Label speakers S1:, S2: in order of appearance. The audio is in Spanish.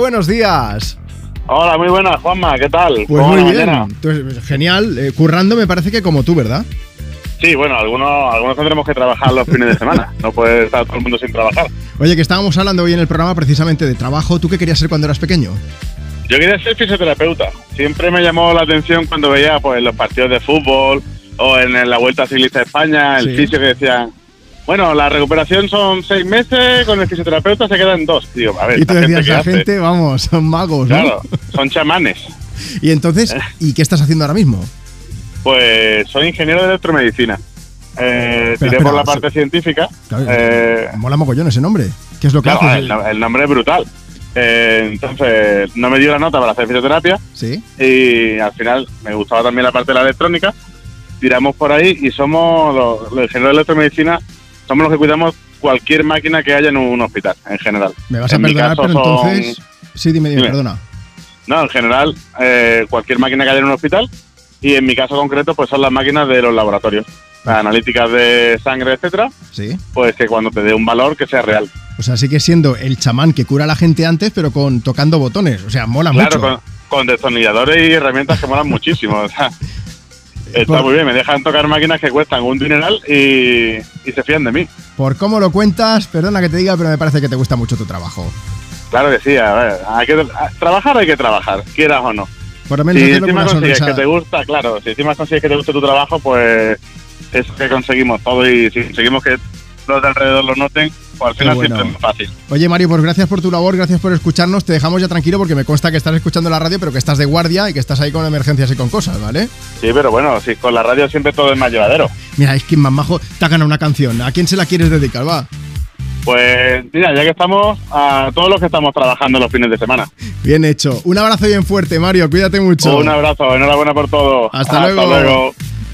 S1: buenos días.
S2: Hola, muy buenas, Juanma, ¿qué tal?
S1: Pues
S2: ¿Cómo
S1: muy
S2: va la
S1: bien.
S2: mañana?
S1: Entonces, genial. Eh, currando me parece que como tú, ¿verdad?
S2: Sí, bueno, algunos, algunos tendremos que trabajar los fines de semana. No puede estar todo el mundo sin trabajar.
S1: Oye, que estábamos hablando hoy en el programa precisamente de trabajo. ¿Tú qué querías ser cuando eras pequeño?
S2: Yo quería ser fisioterapeuta. Siempre me llamó la atención cuando veía pues, los partidos de fútbol o en la Vuelta Ciclista a España, el
S1: Sí.
S2: fisio que decía, bueno, la recuperación son seis meses, con el fisioterapeuta se quedan dos. Digo, a ver,
S1: y tú
S2: ¿esta
S1: decías,
S2: qué
S1: la
S2: hace?".
S1: gente, vamos, son magos, ¿no?
S2: Claro, son chamanes.
S1: Y entonces, ¿y qué estás haciendo ahora mismo?
S2: Pues soy ingeniero de electromedicina. Eh,
S1: Espera,
S2: tiré
S1: espera,
S2: por la
S1: sí.
S2: parte científica.
S1: Claro,
S2: Eh,
S1: Mola mogollón ese nombre. ¿Qué es lo que
S2: Claro,
S1: haces?
S2: el, no- el nombre es brutal. Eh, entonces, no me dio la nota para hacer fisioterapia
S1: Sí.
S2: y al final me gustaba también la parte de la electrónica. Tiramos por ahí y somos los, los ingenieros de electromedicina, somos los que cuidamos cualquier máquina que haya en un hospital, en general.
S1: Me vas a
S2: en mi
S1: perdonar,
S2: caso
S1: pero
S2: son-
S1: entonces. Sí, dime, dime,
S2: Dime.
S1: perdona.
S2: No, en general, eh, cualquier máquina que haya en un hospital y en mi caso concreto, pues son las máquinas de los laboratorios, las analíticas de sangre, etcétera,
S1: Sí.
S2: pues que cuando te dé un valor que sea real.
S1: O sea, sigue siendo el chamán que cura a la gente antes, pero con tocando botones. O sea, mola
S2: Claro,
S1: Ah, mucho.
S2: con, con destornilladores y herramientas que molan muchísimo. o sea, está
S1: Por-
S2: muy bien, me dejan tocar máquinas que cuestan un dineral y, y se fían de mí.
S1: Por cómo lo cuentas, perdona que te diga, pero me parece que te gusta mucho tu trabajo.
S2: Claro que sí, a ver, hay que a- trabajar, hay que trabajar, quieras o no.
S1: Por lo menos
S2: Si
S1: hacerlo con
S2: encima
S1: una
S2: consigues que
S1: sonrisa.
S2: te gusta, claro, si encima consigues que te guste tu trabajo, pues es que conseguimos todo y si conseguimos que los de alrededor lo noten, pues al
S1: Qué
S2: final
S1: bueno.
S2: siempre es más fácil.
S1: Oye, Mario, pues gracias por tu labor, gracias por escucharnos. Te dejamos ya tranquilo porque me consta que estás escuchando la radio, pero que estás de guardia y que estás ahí con emergencias y con cosas, ¿vale?
S2: Sí, pero bueno, si con la radio siempre todo es más llevadero.
S1: Mira, es que más majo te ha ganado una canción. ¿A quién se la quieres dedicar? Va.
S2: Pues mira, ya que estamos a todos los que estamos trabajando los fines de semana.
S1: Bien hecho. Un abrazo bien fuerte, Mario. Cuídate mucho.
S2: Un abrazo, enhorabuena por todo.
S1: Hasta luego.
S2: Hasta luego.